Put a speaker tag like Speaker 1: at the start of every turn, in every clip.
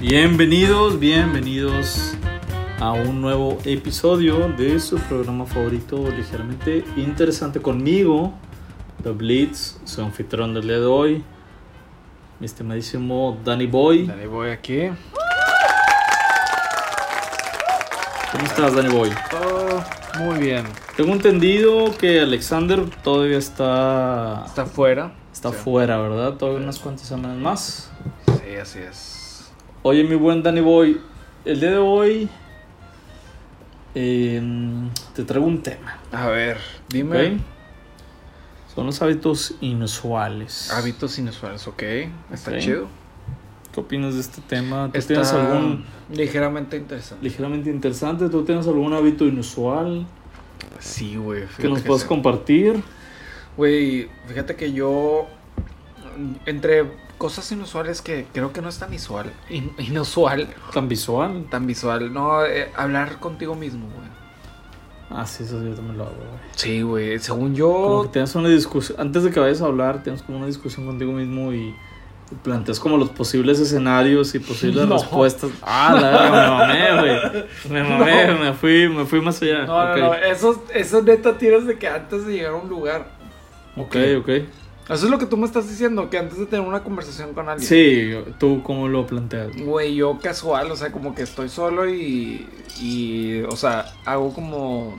Speaker 1: Bienvenidos, bienvenidos a un nuevo episodio de su programa favorito ligeramente interesante conmigo, The Blitz, su anfitrión del día de hoy, mi estimadísimo Danny Boy.
Speaker 2: Dale, voy aquí.
Speaker 1: ¿Cómo estás, Danny Boy?
Speaker 2: Oh, muy bien.
Speaker 1: Tengo entendido que Alexander todavía está,
Speaker 2: Está fuera.
Speaker 1: está
Speaker 2: Sí.
Speaker 1: fuera, ¿verdad? Todavía unas cuantas semanas más.
Speaker 2: Sí, así es.
Speaker 1: Oye, mi buen Danny Boy, el día de hoy em, te traigo un tema.
Speaker 2: A ver,
Speaker 1: ¿ok?
Speaker 2: dime.
Speaker 1: Son los hábitos inusuales.
Speaker 2: Hábitos inusuales, ok. Está
Speaker 1: Ok.
Speaker 2: chido.
Speaker 1: ¿Qué opinas de este tema? ¿Tú
Speaker 2: Está
Speaker 1: tienes algún
Speaker 2: ligeramente interesante.
Speaker 1: ligeramente interesante? ¿Tú tienes algún hábito inusual
Speaker 2: Sí, güey.
Speaker 1: que
Speaker 2: fíjate
Speaker 1: nos
Speaker 2: que
Speaker 1: puedas
Speaker 2: sí.
Speaker 1: compartir?
Speaker 2: Güey, fíjate que yo. mm, Entre cosas inusuales que creo que no es tan visual. in- inusual.
Speaker 1: Tan visual.
Speaker 2: Tan visual. No, eh, hablar contigo mismo, güey.
Speaker 1: Ah, sí, eso yo también lo hago. güey.
Speaker 2: Sí, güey.
Speaker 1: Como
Speaker 2: Según yo.
Speaker 1: que tienes una discusión. Antes de que vayas a hablar, tienes como una discusión contigo mismo y te planteas como los posibles escenarios y posibles
Speaker 2: No.
Speaker 1: respuestas. Ah, la verga, me mamé, güey. Me mamé, me fui, me fui más allá.
Speaker 2: No,
Speaker 1: ok,
Speaker 2: no, eh. no. Eso, eso neta tienes de que antes de llegar a un lugar.
Speaker 1: ok, ok.
Speaker 2: Eso es lo que tú me estás diciendo, que antes de tener una conversación con alguien.
Speaker 1: Sí, tú cómo lo planteas.
Speaker 2: Güey, yo casual, o sea, como que estoy solo y. y o sea, hago como.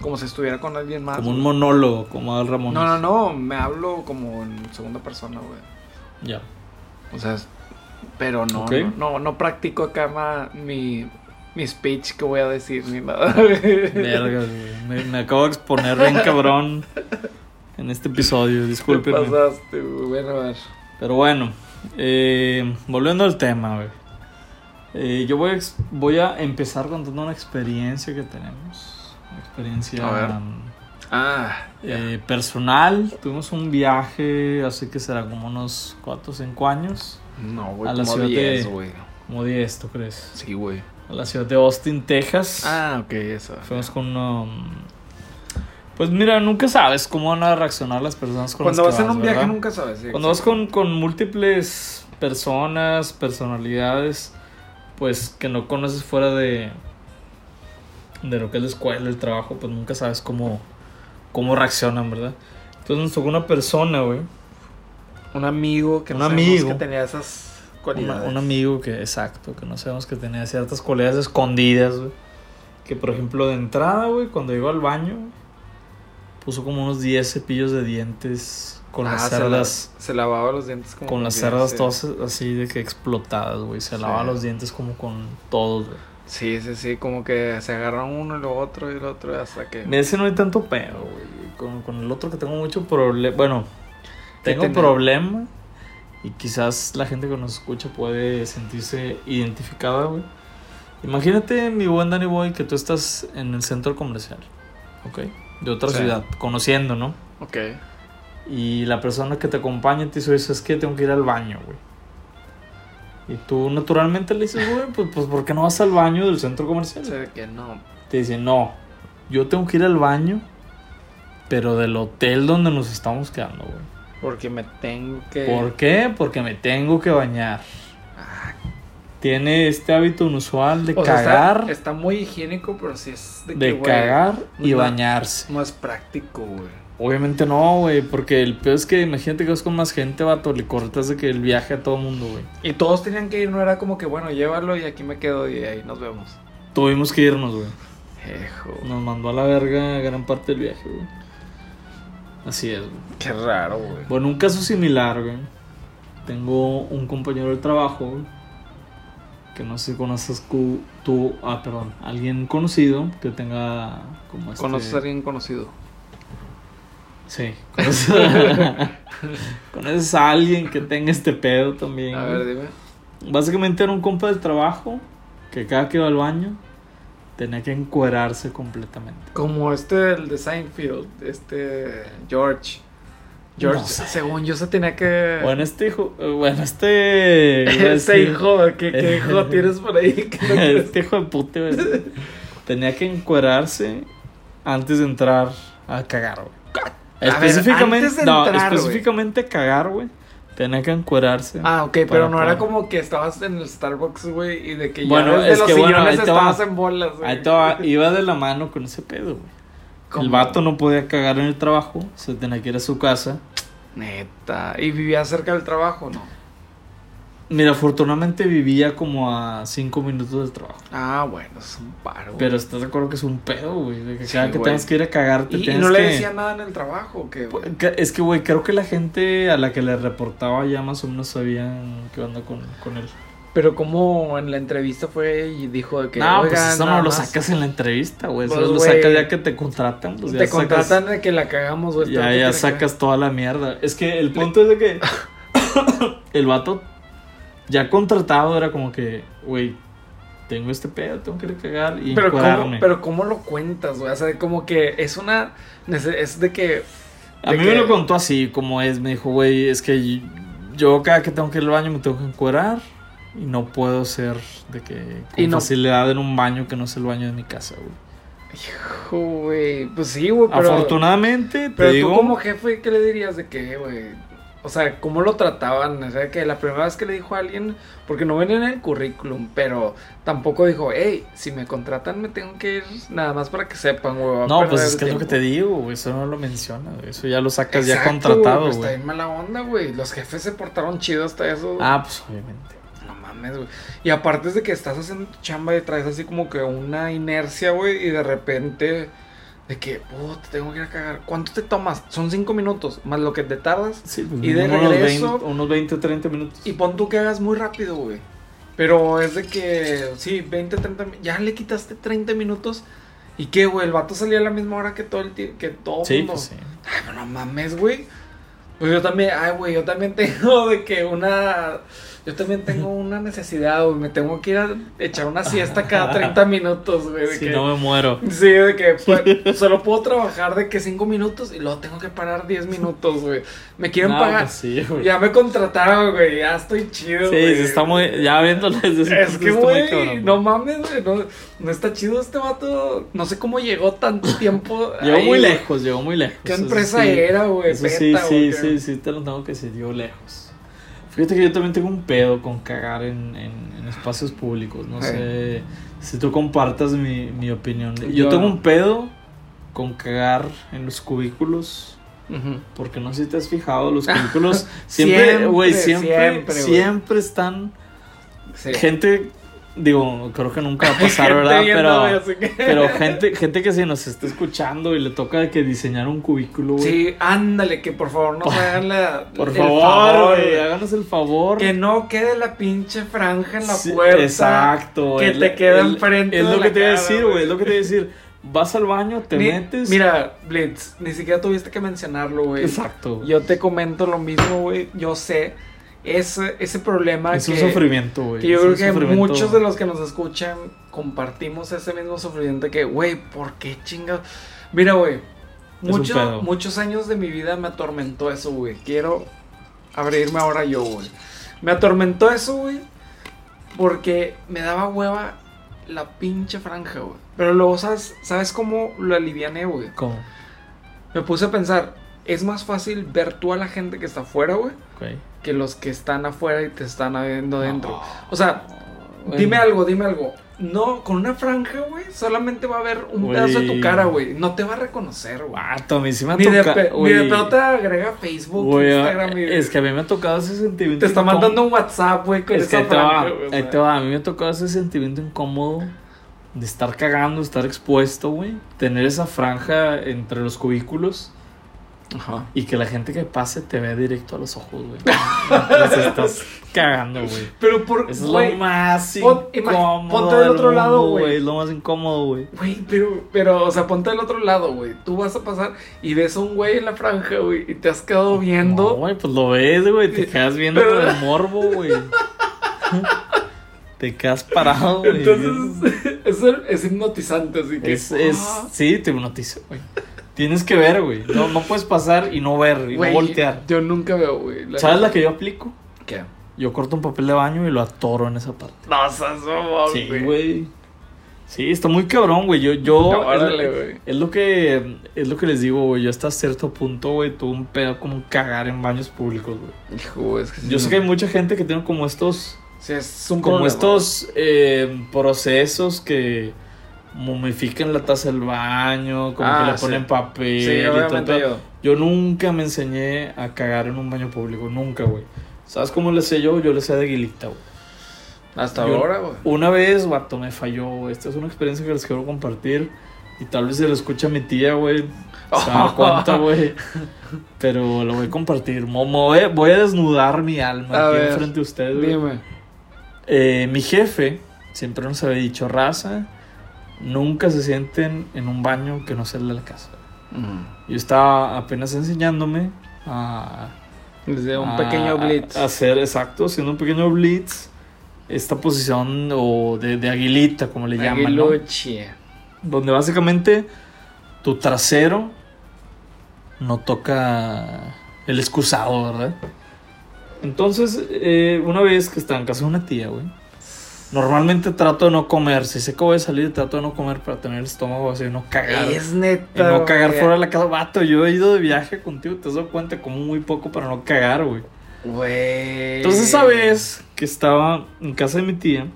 Speaker 2: Como si estuviera con alguien más.
Speaker 1: Como un monólogo, como Adal Ramón.
Speaker 2: no, no, no, me hablo como en segunda persona, güey.
Speaker 1: Ya.
Speaker 2: O sea, es- pero no,
Speaker 1: Ok.
Speaker 2: no, no, no practico acá ma- mi, mi speech que voy a decir ni nada.
Speaker 1: Verga, güey. me, me acabo de exponer bien cabrón en este episodio,
Speaker 2: Te
Speaker 1: discúlpenme.
Speaker 2: pasaste, güey. Bueno, a ver.
Speaker 1: Pero bueno, eh, volviendo al tema, güey. Eh, yo voy a, ex- voy a empezar contando una experiencia que tenemos. Una experiencia
Speaker 2: A ver.
Speaker 1: um,
Speaker 2: Ah,
Speaker 1: eh, personal. Tuvimos un viaje, así que será como unos 4 o 5 años.
Speaker 2: no, güey,
Speaker 1: a la
Speaker 2: como
Speaker 1: ciudad de-
Speaker 2: 10, güey.
Speaker 1: Como 10, ¿tú crees?
Speaker 2: Sí, güey.
Speaker 1: A la ciudad de Austin, Texas.
Speaker 2: Ah, ok, eso.
Speaker 1: Fuimos con uno... mm, Pues mira, nunca sabes cómo van a reaccionar las personas con
Speaker 2: Cuando
Speaker 1: las
Speaker 2: vas
Speaker 1: que
Speaker 2: en un viaje
Speaker 1: ¿verdad?
Speaker 2: nunca sabes. sí,
Speaker 1: Cuando vas con, con múltiples personas, personalidades, pues que no conoces fuera de, de lo que es la escuela, el trabajo, pues nunca sabes cómo, cómo reaccionan, ¿verdad? Entonces nos tocó una persona, güey.
Speaker 2: Un amigo que
Speaker 1: Un
Speaker 2: no sabemos
Speaker 1: amigo.
Speaker 2: que tenía esas
Speaker 1: una-
Speaker 2: cualidades.
Speaker 1: un amigo que, exacto, que no sabemos que tenía ciertas cualidades escondidas, güey. Que por ejemplo de entrada, güey, cuando llegó al baño, güey, puso como unos 10 cepillos de dientes con
Speaker 2: Ah,
Speaker 1: las
Speaker 2: se la-
Speaker 1: cerdas.
Speaker 2: Se, lavaba los dientes como
Speaker 1: Con las
Speaker 2: que,
Speaker 1: cerdas
Speaker 2: sí.
Speaker 1: todas así de que explotadas, güey. Se
Speaker 2: Sí.
Speaker 1: lavaba los dientes como con todos, güey.
Speaker 2: Sí, sí, sí, como que se agarran uno y lo otro y el otro hasta que...
Speaker 1: De ese no hay tanto pedo, güey. Con, con el otro que tengo mucho problema. Bueno,
Speaker 2: ¿Qué
Speaker 1: tengo
Speaker 2: tenés?
Speaker 1: problema. Y quizás la gente que nos escucha puede sentirse identificada, güey. Imagínate, mi buen Danny Boy, que tú estás en el centro comercial, ¿ok? De otra
Speaker 2: Sí.
Speaker 1: ciudad, conociendo, ¿no?
Speaker 2: Ok.
Speaker 1: Y la persona que te acompaña te dice, "Oye, ¿sabes qué? Tengo que ir al baño, güey. Y tú naturalmente le dices, güey, pues, pues ¿por qué no vas al baño del centro comercial?
Speaker 2: O sea, que no.
Speaker 1: Te dice, no, yo tengo que ir al baño, pero del hotel donde nos estamos quedando, güey.
Speaker 2: Porque me tengo que...
Speaker 1: ¿Por qué? Porque me tengo que bañar.
Speaker 2: Ah,
Speaker 1: Tiene este hábito inusual de
Speaker 2: o sea, está-
Speaker 1: cagar,
Speaker 2: está, muy higiénico, pero sí es de,
Speaker 1: de
Speaker 2: que, güey,
Speaker 1: cagar y
Speaker 2: no-
Speaker 1: bañarse.
Speaker 2: No es práctico, güey.
Speaker 1: Obviamente no, güey, porque el peor es que imagínate que vas con más gente, vato, le cortas de que el viaje a todo mundo, güey.
Speaker 2: Y todos tenían que ir, no era como que, bueno, llévalo y aquí me quedo y ahí nos vemos.
Speaker 1: Tuvimos que irnos, güey.
Speaker 2: Ejo.
Speaker 1: Nos mandó a la verga gran parte del viaje, güey. Así es, güey.
Speaker 2: Qué raro, güey.
Speaker 1: Bueno, un caso similar, güey. Tengo un compañero de trabajo, güey, que no sé si conoces cu- tú, ah, perdón, alguien conocido que tenga como este...
Speaker 2: ¿Conoces a alguien conocido?
Speaker 1: Sí, conoces, conoces a alguien que tenga este pedo también.
Speaker 2: A
Speaker 1: güey.
Speaker 2: ver, dime.
Speaker 1: Básicamente era un compa del trabajo que cada que iba al baño tenía que encuerarse completamente.
Speaker 2: Como este, el de Seinfeld, este George. George,
Speaker 1: No sé.
Speaker 2: según yo, se tenía que.
Speaker 1: Bueno, este hijo. Bueno, este. iba a
Speaker 2: Ese
Speaker 1: decir-
Speaker 2: hijo, ¿qué, qué hijo tienes por ahí? que no crees?
Speaker 1: este hijo de puta, güey. Tenía que encuerarse antes de entrar a cagar, güey.
Speaker 2: ver,
Speaker 1: Específicamente,
Speaker 2: antes de
Speaker 1: no,
Speaker 2: entrar, güey.
Speaker 1: específicamente cagar, güey. Tenía que encuerarse.
Speaker 2: Ah, ok,
Speaker 1: Para
Speaker 2: pero no
Speaker 1: poder-
Speaker 2: era como que estabas en el Starbucks, güey, y de que ya
Speaker 1: Bueno,
Speaker 2: desde
Speaker 1: es
Speaker 2: los
Speaker 1: que, bueno,
Speaker 2: sillones
Speaker 1: ahí te va.
Speaker 2: estabas en bolas, güey.
Speaker 1: Ahí te va, iba de la mano con ese pedo, güey. El
Speaker 2: ¿Cómo?
Speaker 1: vato no podía cagar en el trabajo, se tenía que ir a su casa.
Speaker 2: Neta. ¿Y vivías cerca del trabajo, no?
Speaker 1: Mira, afortunadamente vivía como a cinco minutos del trabajo.
Speaker 2: Ah, bueno, es un paro. güey.
Speaker 1: Pero estás de acuerdo que es un pedo, güey. De que
Speaker 2: Oh. Sí,
Speaker 1: cada que
Speaker 2: güey.
Speaker 1: tengas que ir a cagar, te
Speaker 2: ¿Y, y
Speaker 1: tienes
Speaker 2: no le
Speaker 1: que-
Speaker 2: decía nada en el trabajo? que
Speaker 1: Pues, que- Es que, güey, creo que la gente a la que le reportaba ya más o menos sabían qué onda con, con él.
Speaker 2: Pero como en la entrevista fue y dijo de que.
Speaker 1: no, pues
Speaker 2: "Oigan,
Speaker 1: eso no
Speaker 2: nada
Speaker 1: lo
Speaker 2: más
Speaker 1: sacas en la entrevista, güey.
Speaker 2: Pues,
Speaker 1: eso lo
Speaker 2: güey,
Speaker 1: sacas ya que te contratan. pues, ya
Speaker 2: Te
Speaker 1: sacas-
Speaker 2: contratan de que la cagamos, güey.
Speaker 1: ya,
Speaker 2: tengo
Speaker 1: ya
Speaker 2: que tirar-
Speaker 1: sacas toda la mierda. Es que el punto es de que el vato ya contratado era como que, güey, tengo este pedo, tengo que ir a cagar y
Speaker 2: Pero ¿cómo,
Speaker 1: encuadrarme.
Speaker 2: pero ¿cómo lo cuentas, güey? O sea, como que es una... Es de que...
Speaker 1: A
Speaker 2: de
Speaker 1: mí
Speaker 2: que-
Speaker 1: me lo contó así, como es. Me dijo, güey, es que yo cada que tengo que ir al baño me tengo que encuerar. Y no puedo ser de que con
Speaker 2: Y no-
Speaker 1: facilidad en un baño que no es el baño de mi casa, güey.
Speaker 2: Hijo, güey. Pues sí, güey, pero...
Speaker 1: Afortunadamente, te
Speaker 2: Pero
Speaker 1: digo.
Speaker 2: tú como jefe, ¿qué le dirías de qué, güey? O sea, ¿cómo lo trataban? O sea, que la primera vez que le dijo a alguien... Porque no ven en el currículum, pero tampoco dijo... Hey, si me contratan me tengo que ir nada más para que sepan, güey. va a
Speaker 1: no, pues
Speaker 2: perder
Speaker 1: es
Speaker 2: el
Speaker 1: que es lo que
Speaker 2: tiempo".
Speaker 1: te digo, güey. Eso no lo menciona, güey, Eso ya lo sacas ya
Speaker 2: Exacto,
Speaker 1: contratado,
Speaker 2: güey, pues, Está
Speaker 1: güey.
Speaker 2: bien mala onda, güey. Los jefes se portaron chido hasta eso. güey.
Speaker 1: Ah, pues obviamente.
Speaker 2: No mames, güey. Y aparte es de que estás haciendo tu chamba y traes así como que una inercia, güey, y de repente de que, puta, tengo que ir a cagar. ¿Cuánto te tomas? Son cinco minutos, más lo que te tardas.
Speaker 1: Sí, pues
Speaker 2: Y de
Speaker 1: mínimo unos
Speaker 2: regreso-
Speaker 1: 20 unos 20 o 30 minutos.
Speaker 2: Y pon tú que hagas muy rápido, güey. Pero es de que, sí, 20, 30, mi- ya le quitaste 30 minutos. ¿Y qué, güey? El vato salía a la misma hora que todo el ti- que todo
Speaker 1: Sí,
Speaker 2: mundo.
Speaker 1: pues sí.
Speaker 2: Ay, pero no mames, güey. Pues yo también, ay, güey, yo también tengo de que una. Yo también tengo una necesidad, güey. Me tengo que ir a echar una siesta cada 30 minutos, güey. De
Speaker 1: Si
Speaker 2: que,
Speaker 1: no me muero.
Speaker 2: Sí, de que pues, solo puedo trabajar de que 5 minutos y luego tengo que parar 10 minutos, güey. Me quieren
Speaker 1: No,
Speaker 2: pagar.
Speaker 1: pues sí, güey.
Speaker 2: Ya me contrataron, güey. Ya estoy chido,
Speaker 1: Sí,
Speaker 2: güey.
Speaker 1: se está muy. Ya viéndolo desde ese
Speaker 2: Es
Speaker 1: punto
Speaker 2: que,
Speaker 1: está muy
Speaker 2: güey,
Speaker 1: cabrón,
Speaker 2: no mames, güey. No, no está chido este vato. No sé cómo llegó tanto tiempo.
Speaker 1: Llegó
Speaker 2: ahí,
Speaker 1: muy
Speaker 2: güey.
Speaker 1: lejos, llegó muy lejos.
Speaker 2: ¿Qué
Speaker 1: eso
Speaker 2: empresa
Speaker 1: sí.
Speaker 2: era, güey?
Speaker 1: Eso sí,
Speaker 2: Beta,
Speaker 1: sí,
Speaker 2: güey, que-
Speaker 1: sí, sí, te lo tengo que decir, llegó lejos. Fíjate que yo también tengo un pedo con cagar en, en, en espacios públicos. No
Speaker 2: Sí.
Speaker 1: sé si tú compartas mi, mi opinión. Yo,
Speaker 2: Yo
Speaker 1: tengo
Speaker 2: no.
Speaker 1: un pedo con cagar en los cubículos.
Speaker 2: Ujú.
Speaker 1: Porque no sé si te has fijado, los cubículos siempre, güey,
Speaker 2: Siempre,
Speaker 1: siempre, siempre,
Speaker 2: siempre, güey.
Speaker 1: están.
Speaker 2: Sí.
Speaker 1: Gente, digo, creo que nunca va a pasar,
Speaker 2: Gente
Speaker 1: ¿verdad? Pero.
Speaker 2: viéndome, así que-
Speaker 1: Pero gente, gente que se nos está escuchando y le toca de que diseñar un cubículo, güey.
Speaker 2: Sí, ándale, que por favor no se hagan la.
Speaker 1: Por
Speaker 2: el
Speaker 1: favor, güey,
Speaker 2: güey.
Speaker 1: háganos el favor.
Speaker 2: Que no quede la pinche franja en la
Speaker 1: Sí,
Speaker 2: puerta.
Speaker 1: Exacto.
Speaker 2: que
Speaker 1: es
Speaker 2: te
Speaker 1: la-
Speaker 2: queda
Speaker 1: es-
Speaker 2: enfrente
Speaker 1: Es
Speaker 2: de
Speaker 1: lo
Speaker 2: la
Speaker 1: que te voy a
Speaker 2: cara,
Speaker 1: decir,
Speaker 2: güey.
Speaker 1: güey. Es lo que te voy a decir. Vas al baño, te
Speaker 2: Ni-
Speaker 1: metes.
Speaker 2: Mira, Blitz, ni siquiera tuviste que mencionarlo, güey.
Speaker 1: Exacto. güey.
Speaker 2: Yo te comento lo mismo, güey. Yo sé ese, ese problema
Speaker 1: es
Speaker 2: que,
Speaker 1: un sufrimiento, güey.
Speaker 2: que yo
Speaker 1: es
Speaker 2: creo
Speaker 1: un
Speaker 2: que
Speaker 1: sufrimiento.
Speaker 2: muchos de los que nos escuchan compartimos ese mismo sufrimiento que, güey, ¿por qué chingados? Mira, güey,
Speaker 1: un pedo.
Speaker 2: muchos muchos años de mi vida me atormentó eso, güey. Quiero abrirme ahora yo, güey. Me atormentó eso, güey, porque me daba hueva la pinche franja, güey. Pero luego, ¿sabes, ¿sabes cómo lo aliviané, güey?
Speaker 1: ¿Cómo?
Speaker 2: Me puse a pensar, es más fácil ver tú a la gente que está afuera, güey,
Speaker 1: Ok.
Speaker 2: que los que están afuera y te están viendo dentro.
Speaker 1: No.
Speaker 2: O sea,
Speaker 1: Bueno,
Speaker 2: dime algo, dime algo. No, con una franja, güey, solamente va a ver un
Speaker 1: Güey. Ah,
Speaker 2: pedazo de tu cara, güey. No te va a reconocer, güey.
Speaker 1: Vato, a mí sí me ha
Speaker 2: Ni de,
Speaker 1: tocado.
Speaker 2: pe- ni de pedo te agrega Facebook,
Speaker 1: Güey, ah,
Speaker 2: Instagram. y-
Speaker 1: es que a mí me ha tocado ese sentimiento.
Speaker 2: te está
Speaker 1: incómodo.
Speaker 2: mandando un WhatsApp, güey, con
Speaker 1: Es que
Speaker 2: esa
Speaker 1: ahí te va,
Speaker 2: franja, güey. o
Speaker 1: ahí
Speaker 2: sea.
Speaker 1: te va. A mí me ha tocado ese sentimiento incómodo de estar cagando, estar expuesto, güey. Tener esa franja entre los cubículos
Speaker 2: Ajá.
Speaker 1: y que la gente que pase te vea directo a los ojos, güey. Mientras estás cagando, güey.
Speaker 2: Pero por,
Speaker 1: Eso
Speaker 2: güey,
Speaker 1: es lo más
Speaker 2: pon-
Speaker 1: incómodo.
Speaker 2: ima- ponte del otro
Speaker 1: mundo,
Speaker 2: lado, güey.
Speaker 1: Es lo más incómodo, güey.
Speaker 2: Güey, pero, pero, o sea, ponte del otro lado, güey. Tú vas a pasar y ves a un güey en la franja, güey, y te has quedado
Speaker 1: No,
Speaker 2: viendo.
Speaker 1: güey, pues lo ves, güey. Te quedas viendo
Speaker 2: Pero-
Speaker 1: con el morbo, güey. te quedas parado, güey.
Speaker 2: Entonces, es, es hipnotizante, así que.
Speaker 1: Es, es,
Speaker 2: Ah,
Speaker 1: sí, te hipnotiza, güey. Tienes que ver, güey. No, no puedes pasar y no ver y
Speaker 2: Güey,
Speaker 1: no voltear.
Speaker 2: Yo nunca veo, güey. la-
Speaker 1: ¿Sabes la que yo aplico?
Speaker 2: ¿Qué?
Speaker 1: Yo corto un papel de baño y lo atoro en esa parte.
Speaker 2: No, seas mamón,
Speaker 1: Sí, güey. Sí, está muy cabrón, güey. Yo, yo.
Speaker 2: No,
Speaker 1: es lo-
Speaker 2: órale, güey.
Speaker 1: Es lo que. Es lo que les digo, güey. Yo hasta cierto punto, güey, tuve un pedo como cagar en baños públicos, güey.
Speaker 2: Hijo, güey, es que
Speaker 1: Yo
Speaker 2: sí,
Speaker 1: sé que hay
Speaker 2: no.
Speaker 1: mucha gente que tiene como estos.
Speaker 2: Sí, es un
Speaker 1: Como
Speaker 2: problema.
Speaker 1: estos eh, procesos que momifican la taza del baño, como
Speaker 2: Ah,
Speaker 1: que le
Speaker 2: sí.
Speaker 1: ponen papel. y
Speaker 2: Sí,
Speaker 1: todo el
Speaker 2: obviamente
Speaker 1: pedo.
Speaker 2: yo.
Speaker 1: Yo nunca me enseñé a cagar en un baño público, nunca, güey. ¿Sabes cómo le sé yo? Yo le sé de guilita, güey.
Speaker 2: Hasta
Speaker 1: Yo-
Speaker 2: ahora, güey.
Speaker 1: Una vez, vato, me falló, güey. Esta es una experiencia que les quiero compartir. Y tal vez se lo escucha a mi tía, güey. Se va a dar cuenta, güey. Pero lo voy a compartir. Mo- mo- voy a- voy a desnudar mi alma
Speaker 2: A
Speaker 1: aquí
Speaker 2: ver,
Speaker 1: enfrente de ustedes, güey.
Speaker 2: Dime.
Speaker 1: Eh, mi jefe siempre nos había dicho, raza, nunca se sienten en un baño que no sea el de la casa. Yo estaba apenas enseñándome a...
Speaker 2: Desde un
Speaker 1: a-
Speaker 2: pequeño blitz.
Speaker 1: a hacer, exacto, haciendo un pequeño blitz. Esta posición o de, de aguilita, como le llaman, ¿no?
Speaker 2: Aguiluchi.
Speaker 1: Donde básicamente tu trasero no toca el excusado, ¿verdad? Entonces, eh, una vez que estaba en casa de una tía, güey, normalmente trato de no comer. Si sé que voy a salir, trato de no comer para tener el estómago vacío y no cagar.
Speaker 2: Es
Speaker 1: Y
Speaker 2: neta.
Speaker 1: no cagar
Speaker 2: güey.
Speaker 1: fuera de la casa. Vato, yo he ido de viaje contigo, te has dado cuenta, como muy poco para no cagar, güey.
Speaker 2: Güey.
Speaker 1: Entonces, esa vez que estaba en casa de mi tía,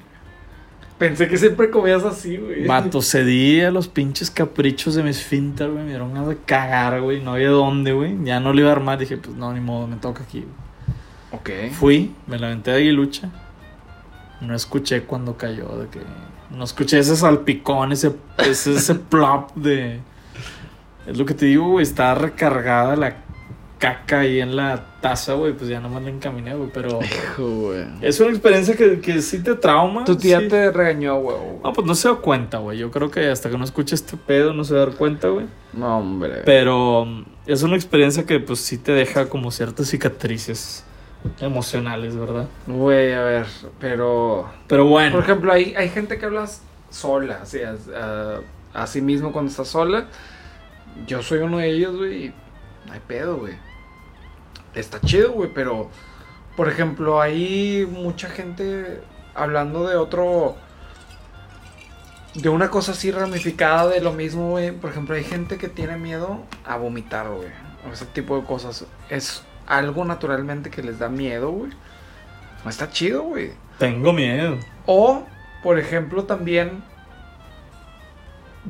Speaker 2: Pensé que siempre comías así, güey.
Speaker 1: Vato, cedí a los pinches caprichos de mi esfínter, güey. Me dieron ganas de cagar, güey. No había dónde, güey. Ya no le iba a armar. Dije, pues no, ni modo, me toca aquí. güey.
Speaker 2: Ok.
Speaker 1: Fui, me levanté de aguilucha. No escuché cuando cayó, de que. No escuché ese salpicón, ese, ese, ese plop de. Es lo que te digo, güey. Estaba recargada la caca ahí en la taza, güey. Pues ya nomás la encaminé, güey. Pero
Speaker 2: Hijo, güey.
Speaker 1: es una experiencia que, que sí te trauma.
Speaker 2: Tu tía
Speaker 1: Ah, sí.
Speaker 2: te regañó, güey.
Speaker 1: No, pues no se da cuenta, güey. Yo creo que hasta que no escuche este pedo no se va a dar cuenta, güey.
Speaker 2: No, hombre.
Speaker 1: Pero mm, es una experiencia que pues sí te deja como ciertas cicatrices emocionales, ¿verdad?
Speaker 2: Güey, a ver, pero...
Speaker 1: Pero bueno.
Speaker 2: Por ejemplo, hay, hay gente que hablas sola, así, as- a, a sí mismo cuando estás sola. Yo soy uno de ellos, güey. y No hay pedo, güey. Está chido, güey, pero... Por ejemplo, hay mucha gente hablando de otro... De una cosa así ramificada de lo mismo, güey. Por ejemplo, hay gente que tiene miedo a vomitar, güey. O ese tipo de cosas. Es algo naturalmente que les da miedo, güey. No está chido, güey.
Speaker 1: Tengo miedo.
Speaker 2: O, por ejemplo, también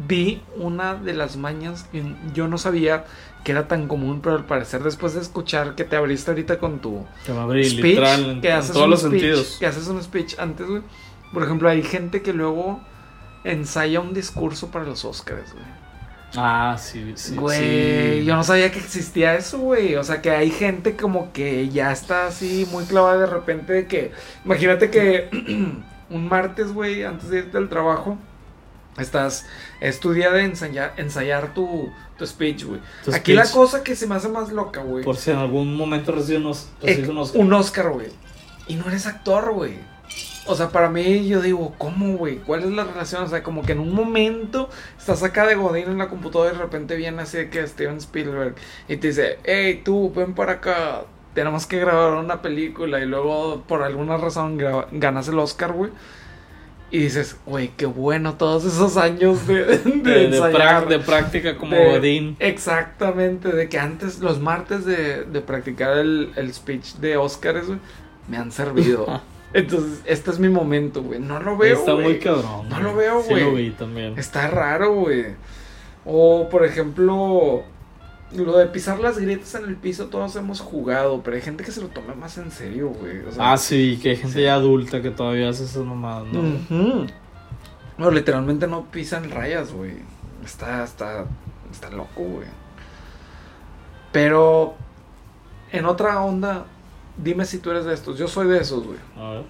Speaker 2: vi una de las mañas que yo no sabía que era tan común, pero al parecer después de escuchar que te abriste ahorita con tu
Speaker 1: Te va a abrir
Speaker 2: speech,
Speaker 1: literal en,
Speaker 2: que
Speaker 1: en
Speaker 2: haces
Speaker 1: todos
Speaker 2: un
Speaker 1: los
Speaker 2: speech,
Speaker 1: sentidos.
Speaker 2: que haces un speech antes, güey. Por ejemplo, hay gente que luego ensaya un discurso para los Oscars, güey.
Speaker 1: Ah, sí, sí.
Speaker 2: Güey,
Speaker 1: sí.
Speaker 2: yo no sabía que existía eso, güey. O sea, que hay gente como que ya está así muy clavada de repente de que... Imagínate que un martes, güey, antes de irte al trabajo, estás... Es tu día de ensayar, ensayar tu, tu speech, güey.
Speaker 1: Tu
Speaker 2: Aquí
Speaker 1: speech.
Speaker 2: la cosa que se me hace más loca, güey.
Speaker 1: Por si en algún momento recibes unos.
Speaker 2: Eh,
Speaker 1: recibes unos-
Speaker 2: un Oscar, güey. Y no eres actor, güey. O sea, para mí yo digo, ¿cómo, güey? ¿Cuál es la relación? O sea, como que en un momento estás acá de Godín en la computadora y de repente viene así de que Steven Spielberg y te dice, hey, tú, ven para acá. Tenemos que grabar una película y luego por alguna razón gra- ganas el Oscar, güey. Y dices, güey, qué bueno todos esos años de, de,
Speaker 1: de, de
Speaker 2: ensayar".
Speaker 1: prac- de práctica como
Speaker 2: De-
Speaker 1: Godín.
Speaker 2: Exactamente, de que antes, los martes de, de practicar el, el speech de Oscars, güey, me han servido. Entonces, este es mi momento, güey. No lo veo.
Speaker 1: Está muy
Speaker 2: güey.
Speaker 1: cabrón.
Speaker 2: No
Speaker 1: güey.
Speaker 2: lo veo,
Speaker 1: Sí, lo
Speaker 2: güey.
Speaker 1: vi también.
Speaker 2: Está raro, güey. O, por ejemplo, lo de pisar las grietas en el piso, todos hemos jugado, pero hay gente que se lo toma más en serio, güey. O sea,
Speaker 1: Ah, sí, que hay gente ya adulta que todavía hace esas mamadas, ¿no?
Speaker 2: ujú. No, literalmente no pisan rayas, güey. Está, está, está loco, güey. Pero en otra onda, dime si tú eres de estos. Yo soy de esos, güey.
Speaker 1: A ver.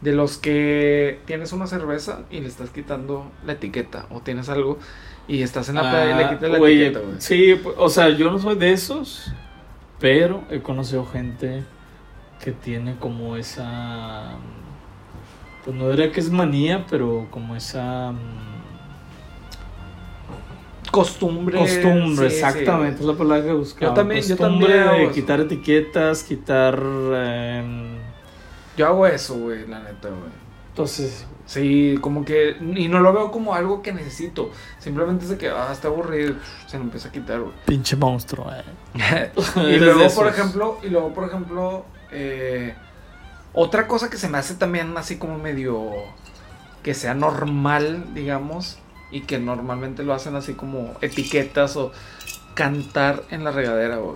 Speaker 2: De los que tienes una cerveza y le estás quitando la etiqueta. O tienes algo y estás en la playa y le
Speaker 1: Ah,
Speaker 2: quitas la
Speaker 1: güey,
Speaker 2: etiqueta, güey.
Speaker 1: Sí, pues, o sea, yo no soy de esos, pero he conocido gente que tiene como esa. mm, Pues no diría que es manía, pero como esa. mm,
Speaker 2: Costumbre.
Speaker 1: Costumbre,
Speaker 2: sí,
Speaker 1: exactamente,
Speaker 2: sí.
Speaker 1: es la palabra que buscaba.
Speaker 2: Yo también- yo
Speaker 1: Costumbre
Speaker 2: también hago
Speaker 1: de
Speaker 2: eso.
Speaker 1: quitar etiquetas, quitar. eh,
Speaker 2: Yo hago eso, güey, la neta, güey.
Speaker 1: entonces,
Speaker 2: Sí, como que. Y no lo veo como algo que necesito. Simplemente es de que, ah, está aburrido. Se lo empieza a quitar, güey.
Speaker 1: pinche monstruo, eh.
Speaker 2: y
Speaker 1: Eres de
Speaker 2: luego,
Speaker 1: esos.
Speaker 2: por ejemplo, y luego, por ejemplo, eh, otra cosa que se me hace también así como medio que sea normal, digamos, y que normalmente lo hacen así como etiquetas o cantar en la regadera, güey.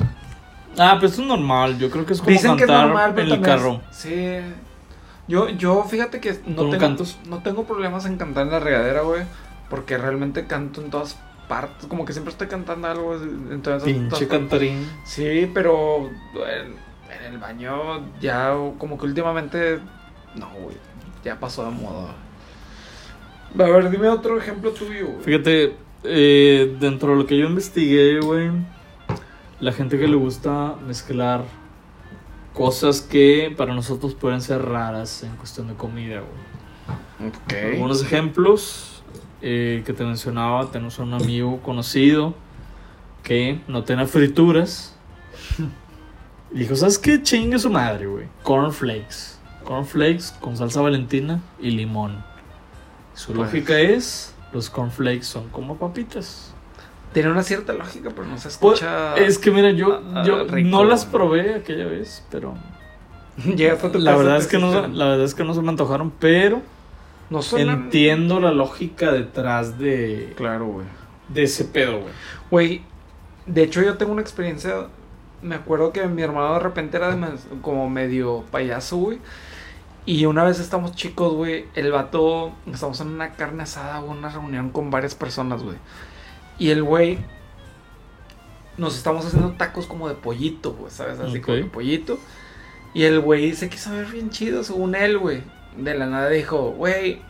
Speaker 1: Ah, pero eso es normal, yo creo que es como
Speaker 2: Dicen que es
Speaker 1: cantar
Speaker 2: normal, pero
Speaker 1: en el
Speaker 2: también
Speaker 1: carro.
Speaker 2: es- sí. Yo, yo fíjate que
Speaker 1: ¿Tú no
Speaker 2: no tengo,
Speaker 1: cantas?
Speaker 2: no tengo problemas en cantar en la regadera, güey, porque realmente canto en todas partes, como que siempre estoy cantando algo, entonces
Speaker 1: Pinche cantarín.
Speaker 2: Sí, pero en, en el baño ya como que últimamente... No, güey. Ya pasó de moda. A ver, dime otro ejemplo tuyo, güey.
Speaker 1: Fíjate, eh, dentro de lo que yo investigué, güey, la gente que le gusta mezclar cosas que para nosotros pueden ser raras en cuestión de comida, güey.
Speaker 2: Ok.
Speaker 1: Algunos ejemplos eh, que te mencionaba, tenemos a un amigo conocido que no tenía frituras. Dijo, ¿sabes qué? Chingue su madre, güey. Cornflakes. Cornflakes con salsa valentina y limón. Su
Speaker 2: Pues.
Speaker 1: lógica es, los cornflakes son como papitas.
Speaker 2: Tiene una cierta lógica, pero no se
Speaker 1: Pues,
Speaker 2: escucha...
Speaker 1: es que mira, yo,
Speaker 2: ah,
Speaker 1: yo
Speaker 2: rico,
Speaker 1: no las
Speaker 2: ¿no?
Speaker 1: probé aquella vez, pero
Speaker 2: Llegaste a tu
Speaker 1: la
Speaker 2: casa,
Speaker 1: verdad
Speaker 2: te
Speaker 1: es que no,
Speaker 2: hiciste-
Speaker 1: la verdad es que no se me antojaron, pero
Speaker 2: No suena...
Speaker 1: entiendo la lógica detrás de,
Speaker 2: Claro, güey.
Speaker 1: de ese pedo, güey.
Speaker 2: Güey, de hecho yo tengo una experiencia. Me acuerdo que mi hermano de repente era demas- como medio payaso, güey. Y una vez estamos chicos, güey. El vato, estamos en una carne asada, güey, una reunión con varias personas, güey. Y el güey, nos estamos haciendo tacos como de pollito, güey, ¿sabes? Así como
Speaker 1: Ok.
Speaker 2: de pollito. Y el güey se quiso ver bien chido, según él, güey. De la nada dijo, güey,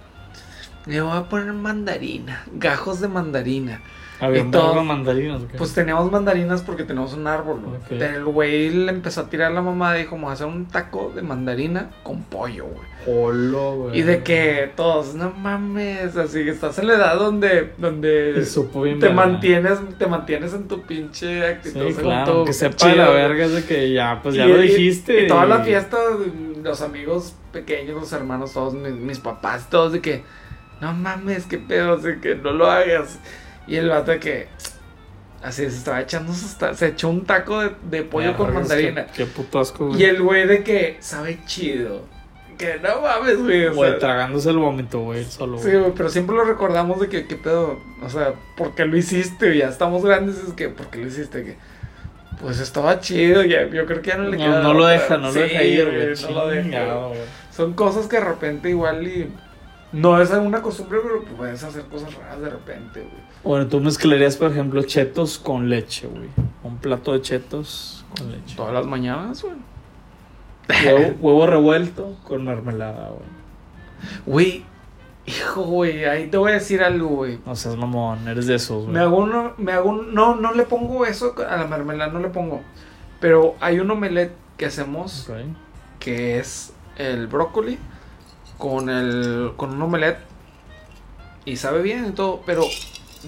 Speaker 2: le voy a poner mandarina, gajos de mandarina.
Speaker 1: Había
Speaker 2: Y
Speaker 1: un
Speaker 2: todo-
Speaker 1: barro de mandarinas, güey.
Speaker 2: Pues teníamos mandarinas porque tenemos un árbol, güey.
Speaker 1: Ok.
Speaker 2: Pero el güey le empezó a tirar la mamá dijo, vamos a hacer un taco de mandarina con pollo, güey. Y de que todos, no mames, así que estás en la edad donde,
Speaker 1: Te
Speaker 2: donde
Speaker 1: supo bien
Speaker 2: te
Speaker 1: verga.
Speaker 2: mantienes, te mantienes en tu pinche
Speaker 1: Sí,
Speaker 2: actitud. según
Speaker 1: claro,
Speaker 2: todo
Speaker 1: que sepa
Speaker 2: chido,
Speaker 1: la
Speaker 2: güey.
Speaker 1: verga es de que ya, pues ya
Speaker 2: Y-
Speaker 1: lo
Speaker 2: y-
Speaker 1: dijiste.
Speaker 2: Y toda la fiesta, los amigos pequeños, los hermanos, todos, mis, mis papás, todos de que, no mames, qué pedo, de que no lo hagas. Y el vato de que, así se estaba echando, sus ta- se echó un taco de, de pollo con
Speaker 1: Verga, es que-
Speaker 2: mandarina.
Speaker 1: Qué puto asco, güey.
Speaker 2: Y el güey de que, sabe chido. Que no mames, güey. o
Speaker 1: Güey,
Speaker 2: sea,
Speaker 1: tragándose el vómito, güey, solo.
Speaker 2: Sí,
Speaker 1: güey.
Speaker 2: güey, pero siempre lo recordamos de que, qué pedo, o sea, ¿por qué lo hiciste? Ya estamos grandes, es que, ¿por qué lo hiciste? Que, pues estaba chido, ya, yo creo que ya no le
Speaker 1: No,
Speaker 2: queda
Speaker 1: no lo
Speaker 2: otra.
Speaker 1: deja, no
Speaker 2: Sí,
Speaker 1: lo deja ir, güey.
Speaker 2: No lo deja.
Speaker 1: chingado,
Speaker 2: güey.
Speaker 1: güey.
Speaker 2: Son cosas que de repente igual y... No es una costumbre, pero puedes hacer cosas raras de repente, güey.
Speaker 1: Bueno, tú mezclarías, por ejemplo, chetos con leche, güey. Un plato de chetos con leche.
Speaker 2: Todas las mañanas, güey.
Speaker 1: Huevo, huevo revuelto con mermelada, güey.
Speaker 2: Güey, hijo, güey, ahí te voy a decir algo, güey.
Speaker 1: No seas mamón, eres de esos, güey.
Speaker 2: Me hago uno, me hago un, no, no le pongo eso a la mermelada, no le pongo. Pero hay un omelette que hacemos
Speaker 1: Ok.
Speaker 2: que es el brócoli con el con un omelette y sabe bien y todo, pero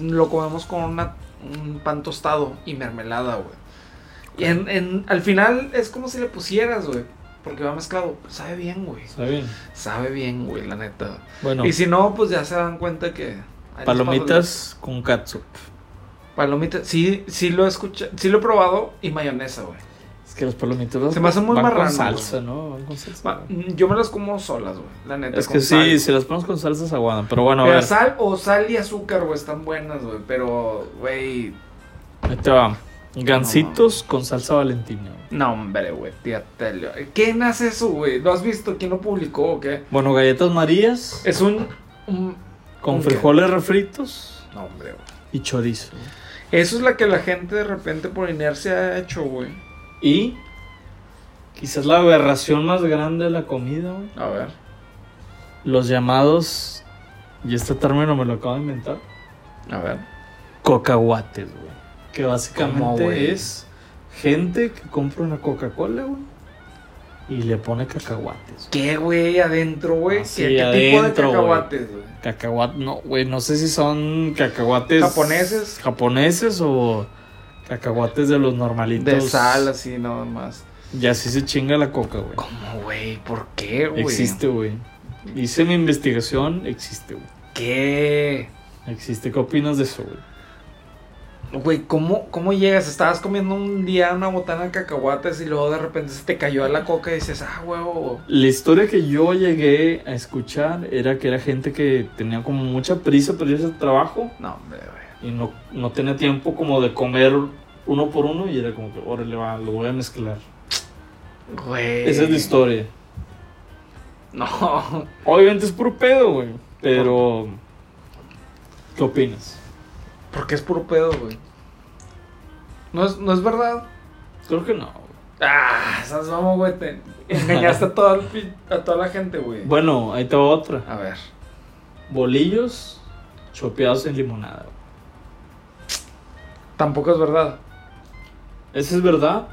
Speaker 2: lo comemos con una- un pan tostado y mermelada, güey. Y en, en- al final es como si le pusieras, güey, porque va mezclado. Sabe bien, güey.
Speaker 1: Está bien.
Speaker 2: Sabe bien, güey, la neta.
Speaker 1: Bueno,
Speaker 2: Y si no, pues ya se dan cuenta que ahí les paso el-
Speaker 1: palomitas con katsu.
Speaker 2: Palomitas, sí, sí lo he escuchado, sí lo he probado y mayonesa, güey.
Speaker 1: Es que los palomitos las-
Speaker 2: Se me hacen muy
Speaker 1: van
Speaker 2: marrano,
Speaker 1: con salsa, ¿no? Van con salsa.
Speaker 2: Ma- Mm, Yo me las como solas, güey, la neta.
Speaker 1: es que
Speaker 2: con sal.
Speaker 1: sí, si las pones con salsa se aguadan. Pero bueno, a
Speaker 2: Pero
Speaker 1: ver,
Speaker 2: sal o sal y azúcar, güey, están buenas, güey. Pero, güey.
Speaker 1: ahí te va. Gancitos con salsa valentina. güey.
Speaker 2: No, hombre, güey, tíatelo. ¿Quién hace eso, güey? ¿Lo has visto? ¿Quién lo publicó o qué?
Speaker 1: Bueno, galletas marías
Speaker 2: Es un. un-
Speaker 1: con
Speaker 2: Ok.
Speaker 1: frijoles refritos
Speaker 2: No, hombre, güey.
Speaker 1: y chorizo. güey.
Speaker 2: Eso es la que la gente de repente por inercia ha hecho, güey.
Speaker 1: Y quizás la aberración más grande de la comida, güey.
Speaker 2: A ver.
Speaker 1: Los llamados, y este término me lo acabo de inventar,
Speaker 2: A ver.
Speaker 1: cocahuates, güey. Que básicamente
Speaker 2: ¿Cómo, güey?
Speaker 1: es gente que compra una Coca-Cola, güey. y le pone cacahuates.
Speaker 2: ¿Qué, güey? Adentro, güey.
Speaker 1: Ah,
Speaker 2: ¿Qué-
Speaker 1: sí,
Speaker 2: ¿Qué,
Speaker 1: adentro,
Speaker 2: tipo de
Speaker 1: güey.
Speaker 2: cacahuates, güey?
Speaker 1: Cacahuat, no, güey, no sé si son cacahuates
Speaker 2: ¿Japoneses?
Speaker 1: japoneses o cacahuates de los normalitos.
Speaker 2: De sal, así, nada más.
Speaker 1: Y así se chinga la coca, güey.
Speaker 2: ¿Cómo, güey? ¿Por qué, güey?
Speaker 1: Existe, güey. Hice mi investigación, existe, güey.
Speaker 2: ¿Qué?
Speaker 1: Existe. ¿Qué opinas de eso, güey?
Speaker 2: Güey, ¿cómo, ¿cómo llegas? Estabas comiendo un día una botana de cacahuates y luego de repente se te cayó a la coca y dices, ah, huevo.
Speaker 1: La historia que yo llegué a escuchar era que era gente que tenía como mucha prisa para irse al trabajo
Speaker 2: No, hombre, güey.
Speaker 1: y no, no tenía tiempo como de comer uno por uno y era como que, órale, va, lo voy a mezclar.
Speaker 2: Güey.
Speaker 1: Esa es la historia.
Speaker 2: No.
Speaker 1: Obviamente es puro pedo, güey. Pero. ¿Qué opinas?
Speaker 2: Porque es puro pedo, güey. No es, no es verdad.
Speaker 1: Creo que no. güey.
Speaker 2: Ah, esas vamos, güey. te engañaste a toda, el pi- a toda la gente, güey.
Speaker 1: Bueno, ahí te va otra.
Speaker 2: A ver.
Speaker 1: Bolillos chopeados en limonada. güey.
Speaker 2: Tampoco es verdad.
Speaker 1: Esa es verdad.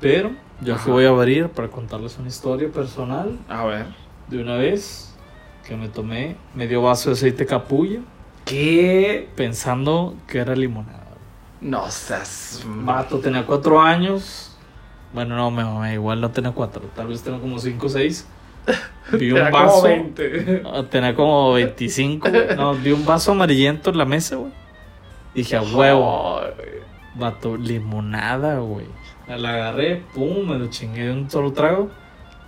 Speaker 1: Pero, ya
Speaker 2: Ajá.
Speaker 1: que voy a abrir para contarles una historia personal
Speaker 2: A ver.
Speaker 1: de una vez que me tomé medio vaso de aceite capulla
Speaker 2: ¿Qué?
Speaker 1: pensando que era limonada. güey.
Speaker 2: No seas mal.
Speaker 1: Mato tenía cuatro años. Bueno, no, me mamé, igual no tenía cuatro, tal vez tenía como cinco o seis. Vi un
Speaker 2: Era como
Speaker 1: vaso.
Speaker 2: 20.
Speaker 1: ah, Tenía como 25. güey. No, vi un vaso amarillento en la mesa, güey. Dije, a huevo,
Speaker 2: Ay,
Speaker 1: vato, limonada, güey. La agarré, pum, me lo chingué de un solo trago.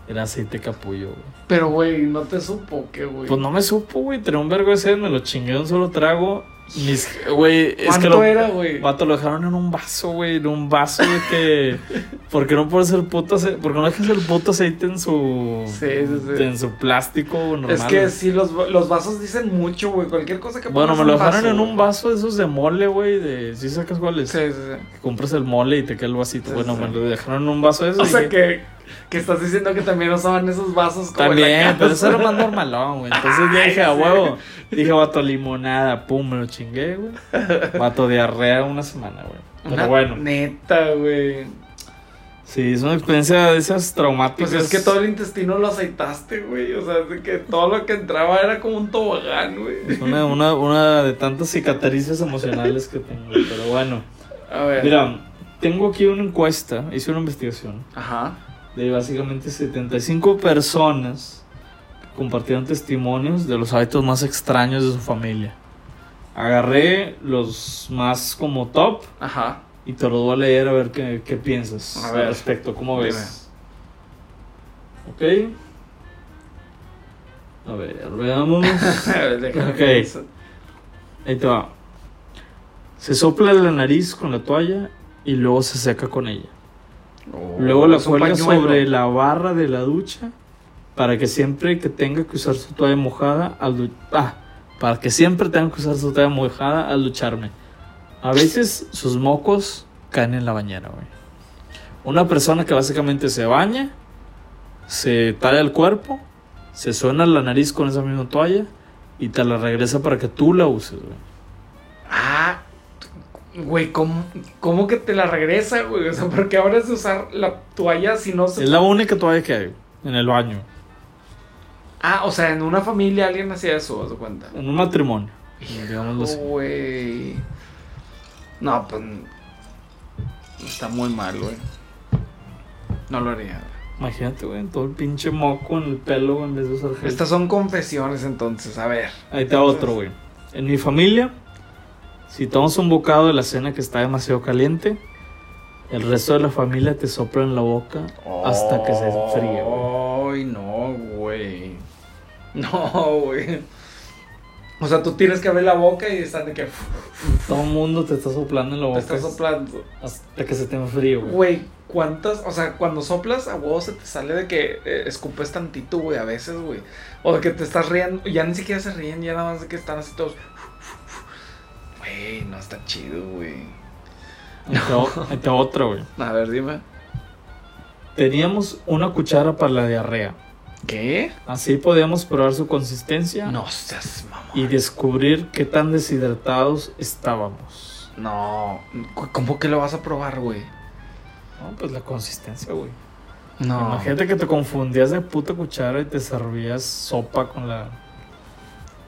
Speaker 1: Era aceite capullo, güey.
Speaker 2: Pero, güey, no te supo que, güey.
Speaker 1: Pues no me supo, güey. Tenía un vergo de sed, me lo chingué de un solo trago. Y es que, güey, es que
Speaker 2: ¿Cuánto
Speaker 1: lo,
Speaker 2: era, güey?
Speaker 1: Vato, lo dejaron en un vaso, güey. En un vaso de que. ¿Por qué no pones el puto aceite? ¿Por qué no dejas el puto aceite en su.
Speaker 2: Sí, sí, sí.
Speaker 1: En su plástico normal?
Speaker 2: Es que sí, los, los vasos dicen mucho, güey. Cualquier cosa que
Speaker 1: Bueno,
Speaker 2: pongas
Speaker 1: me lo
Speaker 2: en
Speaker 1: dejaron en
Speaker 2: güey.
Speaker 1: un vaso de esos de mole, güey. De... ¿Sí sacas cuáles?
Speaker 2: Sí, sí, sí.
Speaker 1: Que compras el mole y te queda el vasito.
Speaker 2: Sí,
Speaker 1: bueno,
Speaker 2: sí.
Speaker 1: me lo dejaron en un vaso de esos.
Speaker 2: O
Speaker 1: y
Speaker 2: sea
Speaker 1: dije,
Speaker 2: que, que estás diciendo que también usaban esos vasos como en la
Speaker 1: También,
Speaker 2: casa.
Speaker 1: pero eso era más normalón, güey. Entonces yo dije, a
Speaker 2: sí.
Speaker 1: huevo. Dije, vato, limonada, pum, me lo chingué, güey. Vato, diarrea una semana, güey. Pero
Speaker 2: Una
Speaker 1: bueno.
Speaker 2: Neta, güey.
Speaker 1: Sí, es una experiencia de esas traumáticas.
Speaker 2: Pues es que todo el intestino lo aceitaste, güey. O sea, es que todo lo que entraba era como un tobogán, güey.
Speaker 1: Una, una, una de tantas cicatrices emocionales que tengo. Pero bueno.
Speaker 2: A ver.
Speaker 1: Mira, tengo aquí una encuesta, hice una investigación
Speaker 2: Ajá.
Speaker 1: de básicamente 75 personas que compartieron testimonios de los hábitos más extraños de su familia. Agarré los más como top
Speaker 2: Ajá.
Speaker 1: y te los voy a leer a ver qué, qué piensas
Speaker 2: A
Speaker 1: al
Speaker 2: ver.
Speaker 1: respecto, cómo
Speaker 2: Dime.
Speaker 1: ves. Ok. A ver, veamos.
Speaker 2: Déjame
Speaker 1: Ok.
Speaker 2: pienso.
Speaker 1: Ahí te va. Se sopla la nariz con la toalla y luego se seca con ella.
Speaker 2: Oh,
Speaker 1: Luego la
Speaker 2: es un
Speaker 1: cuelga
Speaker 2: pañuelo.
Speaker 1: sobre la barra de la ducha para que siempre que tenga que usar su toalla mojada al du- ah, para que siempre tenga que usar su toalla mojada al ducharme. A veces sus mocos caen en la bañera, güey. Una persona que básicamente se baña, se talla el cuerpo, se suena la nariz con esa misma toalla y te la regresa para que tú la uses, güey.
Speaker 2: Ah, güey, ¿cómo, ¿cómo que te la regresa, güey? O sea, ¿por qué habrás de usar la toalla si no se...
Speaker 1: Es la única toalla que hay en el baño,
Speaker 2: Ah, o sea, en una familia alguien hacía eso, haz de cuenta.
Speaker 1: en un matrimonio. digámoslo así.
Speaker 2: Oh. Güey. No, pues... Está muy mal, güey. No lo haría.
Speaker 1: Imagínate, güey, todo el pinche moco en el pelo güey, en vez de usar gel.
Speaker 2: Estas son confesiones, entonces, a ver.
Speaker 1: Ahí está otro, güey. En mi familia, si tomas un bocado de la cena que está demasiado caliente, el resto de la familia te sopla en la boca hasta que se enfríe,
Speaker 2: Oh.
Speaker 1: güey.
Speaker 2: Ay, no, güey. No, güey. O sea, tú tienes que abrir la boca y están de que...
Speaker 1: Todo el mundo te está soplando en la
Speaker 2: Te
Speaker 1: boca
Speaker 2: estás soplando.
Speaker 1: hasta que se te enfríe, güey.
Speaker 2: Güey, ¿cuántas? O sea, cuando soplas, a huevo se te sale de que eh, escupes tantito, güey, a veces, güey. O de que te estás riendo. Ya ni siquiera se ríen, ya nada más de que están así todos. Güey, no está chido, güey.
Speaker 1: Ahí está o- ahí está otra, güey.
Speaker 2: A ver, dime.
Speaker 1: Teníamos una cuchara para la diarrea.
Speaker 2: ¿Qué?
Speaker 1: Así podíamos probar su consistencia
Speaker 2: No seas mamón.
Speaker 1: y descubrir qué tan deshidratados estábamos.
Speaker 2: No, cu- ¿cómo que lo vas a probar, güey?
Speaker 1: No, pues la consistencia, güey.
Speaker 2: No.
Speaker 1: Imagínate que te confundías de puta cuchara y te servías sopa con la.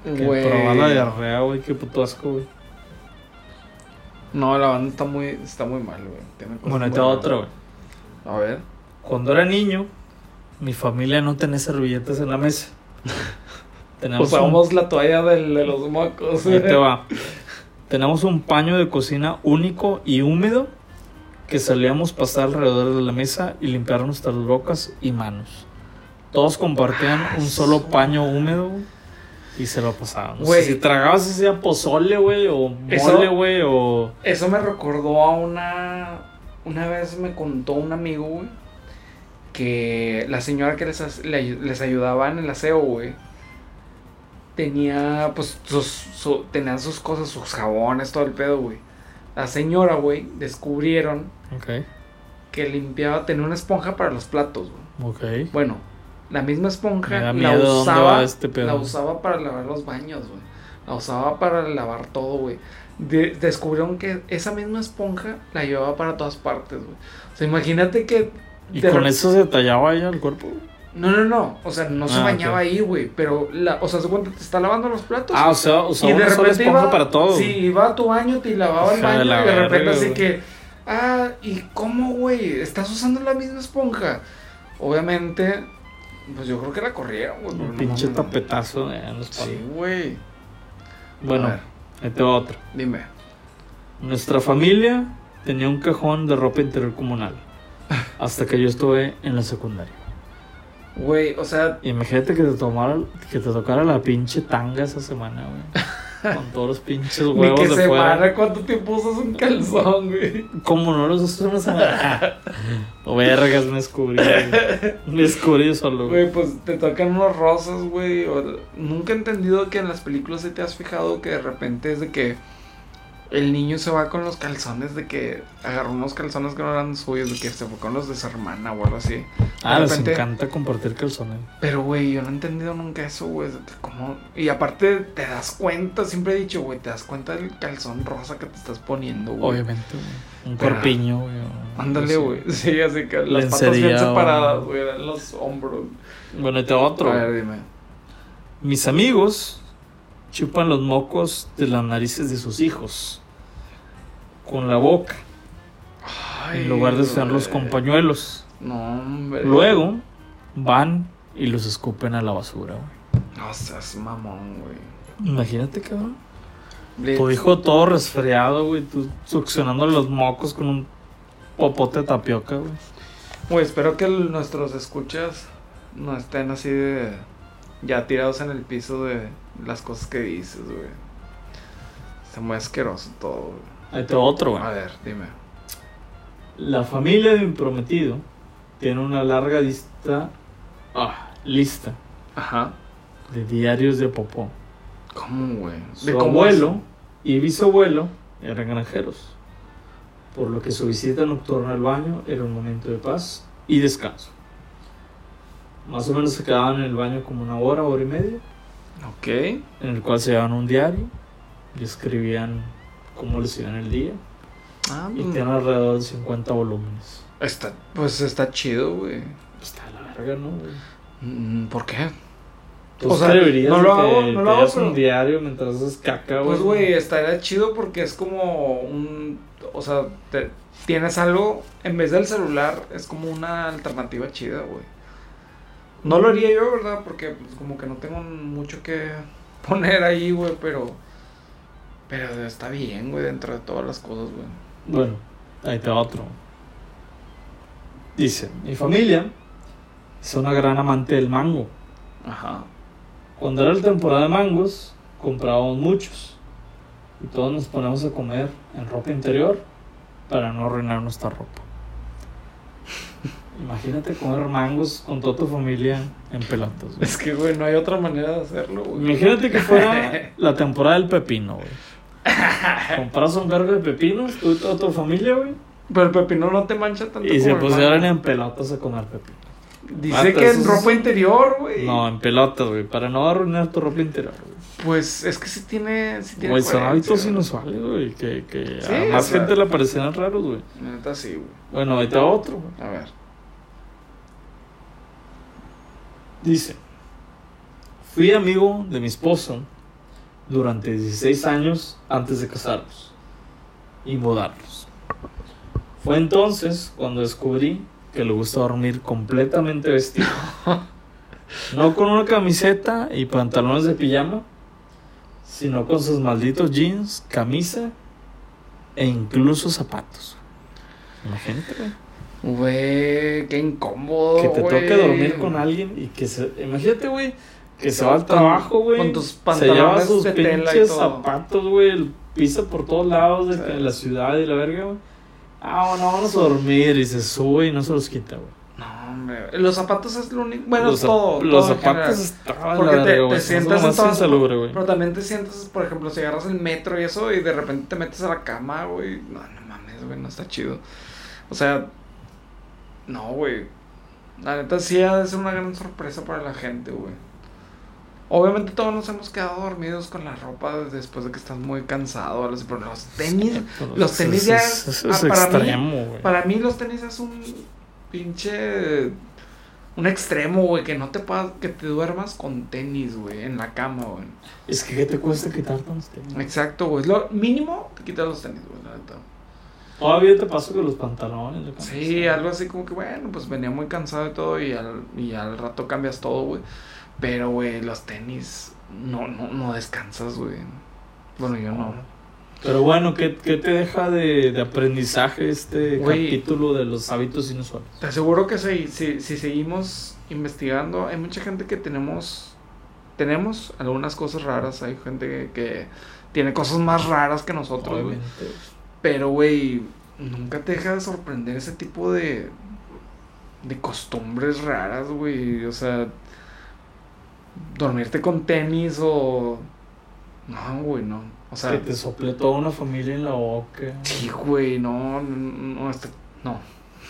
Speaker 1: Que
Speaker 2: Güey.
Speaker 1: probaba la diarrea, güey. Qué puto asco, güey.
Speaker 2: No, la banda está muy, está muy mal, güey. Tiene cosas
Speaker 1: Bueno, ahí
Speaker 2: muy
Speaker 1: te va
Speaker 2: malas.
Speaker 1: otra, güey.
Speaker 2: A ver.
Speaker 1: Cuando era niño, mi familia no tenía servilletas en la mesa. Teníamos
Speaker 2: Pues Usamos la toalla del, de los mocos.
Speaker 1: un... Ahí te va. Tenemos un paño de cocina único y húmedo que solíamos pasar alrededor de la mesa y limpiar nuestras bocas y manos. Todos compartían un solo paño húmedo güey, y se lo pasábamos.
Speaker 2: Güey.
Speaker 1: Si tragabas ese día pozole, güey, o
Speaker 2: Eso-
Speaker 1: mole, güey, o...
Speaker 2: Eso me recordó a una. Una vez me contó un amigo, güey, que la señora que les, as- le- les ayudaba en el aseo, güey, tenía, pues, sus, su- tenían sus cosas, sus jabones, todo el pedo, güey. La señora, güey, descubrieron
Speaker 1: Ok,
Speaker 2: que limpiaba, tenía una esponja para los platos, güey.
Speaker 1: ok.
Speaker 2: Bueno, la misma
Speaker 1: Me da
Speaker 2: esponja la
Speaker 1: miedo dónde
Speaker 2: usaba,
Speaker 1: va este pedo.
Speaker 2: la usaba para lavar los baños, güey. La usaba para lavar todo, güey. De- descubrieron que esa misma esponja la llevaba para todas partes, güey. O sea, imagínate que...
Speaker 1: ¿Y
Speaker 2: de
Speaker 1: con
Speaker 2: re-
Speaker 1: eso se tallaba ella el cuerpo?
Speaker 2: No, no, no. O sea, no se
Speaker 1: Ah,
Speaker 2: bañaba ahí, güey. Pero, la, o sea, se cuenta, te está lavando los platos.
Speaker 1: Ah, o sea, o sea
Speaker 2: y de
Speaker 1: una sola
Speaker 2: repente
Speaker 1: esponja
Speaker 2: iba,
Speaker 1: para todo.
Speaker 2: Sí, iba a tu baño, te lavaba el
Speaker 1: Hija de
Speaker 2: baño.
Speaker 1: la
Speaker 2: y de repente
Speaker 1: verga,
Speaker 2: así
Speaker 1: güey.
Speaker 2: que... Ah, ¿y cómo, güey? ¿Estás usando la misma esponja? Obviamente... Pues yo creo que la corrieron, güey.
Speaker 1: Un
Speaker 2: no
Speaker 1: pinche
Speaker 2: mames.
Speaker 1: tapetazo eh, en los
Speaker 2: Sí,
Speaker 1: palos.
Speaker 2: güey. A
Speaker 1: Bueno,
Speaker 2: ver.
Speaker 1: ahí te va otro.
Speaker 2: Dime.
Speaker 1: Nuestra familia tenía un cajón de ropa interior comunal. Hasta que yo estuve en la secundaria.
Speaker 2: Güey, o sea,
Speaker 1: Imagínate que te tomara, que te tocara la pinche tanga esa semana, güey. Con todos los pinches
Speaker 2: ni
Speaker 1: huevos
Speaker 2: que
Speaker 1: de fuera.
Speaker 2: semana, ¿cuánto tiempo usas un calzón, güey?
Speaker 1: ¿Cómo no los usas una semana? Vergas, me descubrí. güey. Me descubrí solo, güey.
Speaker 2: Güey, pues te tocan unos rosas, güey. o- Nunca he entendido que en las películas sí te has fijado que de repente es de que el niño se va con los calzones, de que agarró unos calzones que no eran suyos, de que se fue con los de su hermana o algo así.
Speaker 1: Ah, les
Speaker 2: repente-
Speaker 1: encanta compartir calzones.
Speaker 2: Pero, güey, yo no he entendido nunca eso, güey. de que ¿Cómo? Y aparte, te das cuenta, siempre he dicho, güey, te das cuenta del calzón rosa que te estás poniendo, güey.
Speaker 1: Obviamente, güey. Un
Speaker 2: Pero-
Speaker 1: corpiño, güey. o-
Speaker 2: Ándale,
Speaker 1: sí.
Speaker 2: güey. Sí, así que las patas
Speaker 1: Lencería
Speaker 2: bien
Speaker 1: o-
Speaker 2: separadas, güey, eran los hombros.
Speaker 1: Bueno, ahí te va otro.
Speaker 2: A
Speaker 1: güey.
Speaker 2: ver, dime.
Speaker 1: Mis amigos chupan los mocos de las narices de sus hijos con la boca en lugar de usarlos
Speaker 2: güey.
Speaker 1: con pañuelos.
Speaker 2: No, hombre.
Speaker 1: Luego van y los escupen a la basura. güey.
Speaker 2: No seas mamón, güey.
Speaker 1: Imagínate, cabrón.
Speaker 2: Blitz.
Speaker 1: Tu hijo todo resfriado, güey, tú succionando los mocos con un popote de tapioca, güey.
Speaker 2: Güey, espero que el- nuestros escuchas no estén así de. Ya tirados en el piso de las cosas que dices, güey. Está muy asqueroso todo, güey.
Speaker 1: Ahí te va otro, güey.
Speaker 2: A ver, dime.
Speaker 1: La familia de mi prometido tiene una larga lista, ah, lista
Speaker 2: Ajá.
Speaker 1: de diarios de popó.
Speaker 2: ¿Cómo, güey?
Speaker 1: Su
Speaker 2: ¿De cómo es?
Speaker 1: abuelo y bisabuelo eran granjeros, por lo que su visita nocturna al baño era un momento de paz y descanso. Más o menos se quedaban en el baño como una hora, hora y media,
Speaker 2: Ok.
Speaker 1: en el cual se llevaban un diario y escribían cómo les iba en el día.
Speaker 2: Ah,
Speaker 1: Y
Speaker 2: pues,
Speaker 1: tienen alrededor de 50 volúmenes.
Speaker 2: está, pues está chido, güey.
Speaker 1: Pues está de la verga, ¿no? güey?
Speaker 2: Mm, ¿Por qué?
Speaker 1: Tú
Speaker 2: O sea,
Speaker 1: escribirías
Speaker 2: no lo
Speaker 1: que
Speaker 2: hago, no lo
Speaker 1: te
Speaker 2: hago,
Speaker 1: llevas un
Speaker 2: pero-
Speaker 1: diario mientras haces caca,
Speaker 2: Pues, güey, estaría chido porque es como un. O sea, te- tienes algo. En vez del celular, es como una alternativa chida, güey. No lo haría yo, ¿verdad? Porque, pues, como que no tengo mucho que poner ahí, güey, pero. Pero está bien, güey, dentro de todas las cosas, güey.
Speaker 1: Bueno, ahí te va otro. Dice, mi familia es una gran amante del mango.
Speaker 2: Ajá.
Speaker 1: Cuando era la temporada de mangos, comprábamos muchos. Y todos nos ponemos a comer en ropa interior para no arruinar nuestra ropa. Imagínate comer mangos con toda tu familia en pelotas. güey.
Speaker 2: Es que, güey, no hay otra manera de hacerlo, güey.
Speaker 1: Imagínate que fuera la temporada del pepino, güey. Compras un vergo de pepinos, tú y toda tu familia, güey.
Speaker 2: Pero el pepino no te mancha tanto.
Speaker 1: Y se
Speaker 2: como el
Speaker 1: pusieron
Speaker 2: mango.
Speaker 1: en pelotas a comer pepino.
Speaker 2: Dice
Speaker 1: Vato,
Speaker 2: que en
Speaker 1: esos-
Speaker 2: ropa interior, güey.
Speaker 1: No, en pelotas, güey, para no arruinar tu ropa interior, güey.
Speaker 2: Pues es que sí tiene. Sí tiene
Speaker 1: Güey, son
Speaker 2: coherencia,
Speaker 1: hábitos
Speaker 2: güey.
Speaker 1: inusuales, güey, que, que
Speaker 2: Sí,
Speaker 1: a más
Speaker 2: o sea-
Speaker 1: gente le parecían raros, güey.
Speaker 2: La Neta sí, güey.
Speaker 1: Bueno, ahí te va otro, güey.
Speaker 2: A ver.
Speaker 1: Dice, fui amigo de mi esposo durante 16 años antes de casarnos y mudarnos. Fue entonces cuando descubrí que le gusta dormir completamente vestido. No con una camiseta y pantalones de pijama, sino con sus malditos jeans, camisa e incluso zapatos. Imagínate, güey.
Speaker 2: Güey, qué incómodo.
Speaker 1: Que te
Speaker 2: güey.
Speaker 1: toque dormir con alguien y que se. Imagínate, güey. Que se va al trabajo, güey.
Speaker 2: Con tus
Speaker 1: Se lleva
Speaker 2: pantalones
Speaker 1: sus
Speaker 2: de tela y
Speaker 1: pinches
Speaker 2: todo.
Speaker 1: zapatos, güey. el- Pisa por todos lados de
Speaker 2: Sí.
Speaker 1: que la ciudad y la verga, güey. Ah, bueno, vamos a dormir. Y se sube y no se los quita, güey.
Speaker 2: No, hombre. Los zapatos es lo único. Bueno,
Speaker 1: los
Speaker 2: es
Speaker 1: zap-
Speaker 2: todo.
Speaker 1: Los
Speaker 2: todo en
Speaker 1: zapatos
Speaker 2: general.
Speaker 1: estaban
Speaker 2: Porque
Speaker 1: la
Speaker 2: te-
Speaker 1: verga,
Speaker 2: te
Speaker 1: güey. Eso es lo
Speaker 2: sientas en
Speaker 1: más
Speaker 2: todas-
Speaker 1: insalubre, güey.
Speaker 2: Pero también te sientes, por ejemplo, si agarras el metro y eso y de repente te metes a la cama, güey. No, no mames, güey, no está chido. O sea, no, güey. La neta sí ha de ser una gran sorpresa para la gente, güey. Obviamente todos nos hemos quedado dormidos con la ropa después de que estás muy cansado, algo así, pero los tenis, los
Speaker 1: Eso
Speaker 2: tenis
Speaker 1: es-
Speaker 2: ya
Speaker 1: eso es,
Speaker 2: ah, para mí-
Speaker 1: extremo, güey.
Speaker 2: para mí los tenis es un pinche un extremo, güey, que no te puedas que te duermas con tenis, güey, en la cama, güey.
Speaker 1: Es que, ¿qué te cuesta quitar unos tenis?
Speaker 2: Exacto, güey. Es Lo mínimo te quitas los tenis, güey, la neta.
Speaker 1: Todavía te paso con los pantalones. la camisa.
Speaker 2: Sí, algo así como que, bueno, pues venía muy cansado y todo y al, y al rato cambias todo, güey. Pero, güey, los tenis no, no, no descansas, güey. Bueno, yo no.
Speaker 1: Pero bueno, ¿qué, qué te deja de, de aprendizaje este
Speaker 2: Güey.
Speaker 1: capítulo de los hábitos inusuales?
Speaker 2: Te aseguro que si, si, si seguimos investigando, hay mucha gente que tenemos tenemos algunas cosas raras, hay gente que, que tiene cosas más raras que nosotros, güey.
Speaker 1: Obviamente.
Speaker 2: Pero, güey, nunca te deja de sorprender ese tipo de, de costumbres raras, güey. O sea, dormirte con tenis o... No, güey, no. O sea,
Speaker 1: Que te sople toda una familia en la boca.
Speaker 2: Sí, güey, no, no, no, este- no,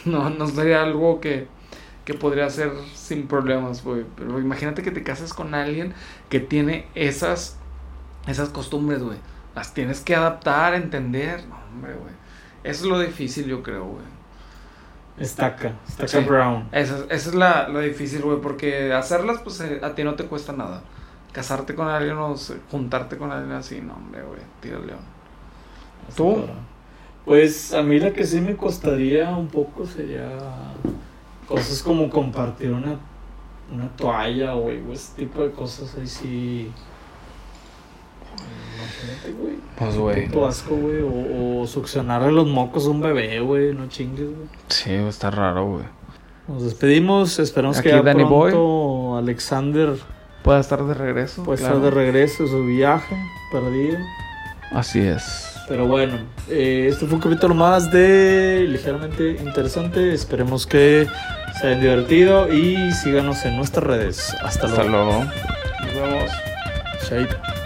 Speaker 2: no, no sería algo que, que podría hacer sin problemas, güey. Pero imagínate que te casas con alguien que tiene esas, esas costumbres, güey. Las tienes que adaptar, entender. No, hombre, güey. Eso es lo difícil, yo creo, güey.
Speaker 1: Estaca, estaca
Speaker 2: Sí.
Speaker 1: Brown.
Speaker 2: Esa, es- esa es la, la difícil, güey, porque hacerlas, pues eh, a ti no te cuesta nada. Casarte con alguien o se- juntarte con alguien así, no, hombre, güey, tira el león. ¿Tú?
Speaker 1: Estaca Brown. Pues a mí la que sí me costaría un poco sería cosas como compartir una, una toalla, güey, o ese tipo de cosas ahí sí. Imagínate, güey.
Speaker 2: Pues,
Speaker 1: Puto asco, güey. O, o succionarle los mocos a un bebé, güey. No chingues, güey.
Speaker 2: Sí, está raro, güey.
Speaker 1: Nos despedimos. Esperamos que
Speaker 2: Aquí
Speaker 1: ya
Speaker 2: Danny Boy.
Speaker 1: pronto Alexander
Speaker 2: Pueda estar de regreso.
Speaker 1: pueda
Speaker 2: claro.
Speaker 1: estar de regreso de su viaje perdido.
Speaker 2: Así es.
Speaker 1: Pero bueno, eh, este fue un capítulo más de ligeramente interesante. Esperemos que se hayan divertido y síganos en nuestras redes. Hasta,
Speaker 2: Hasta
Speaker 1: luego.
Speaker 2: luego. Nos vemos.
Speaker 1: Chaito.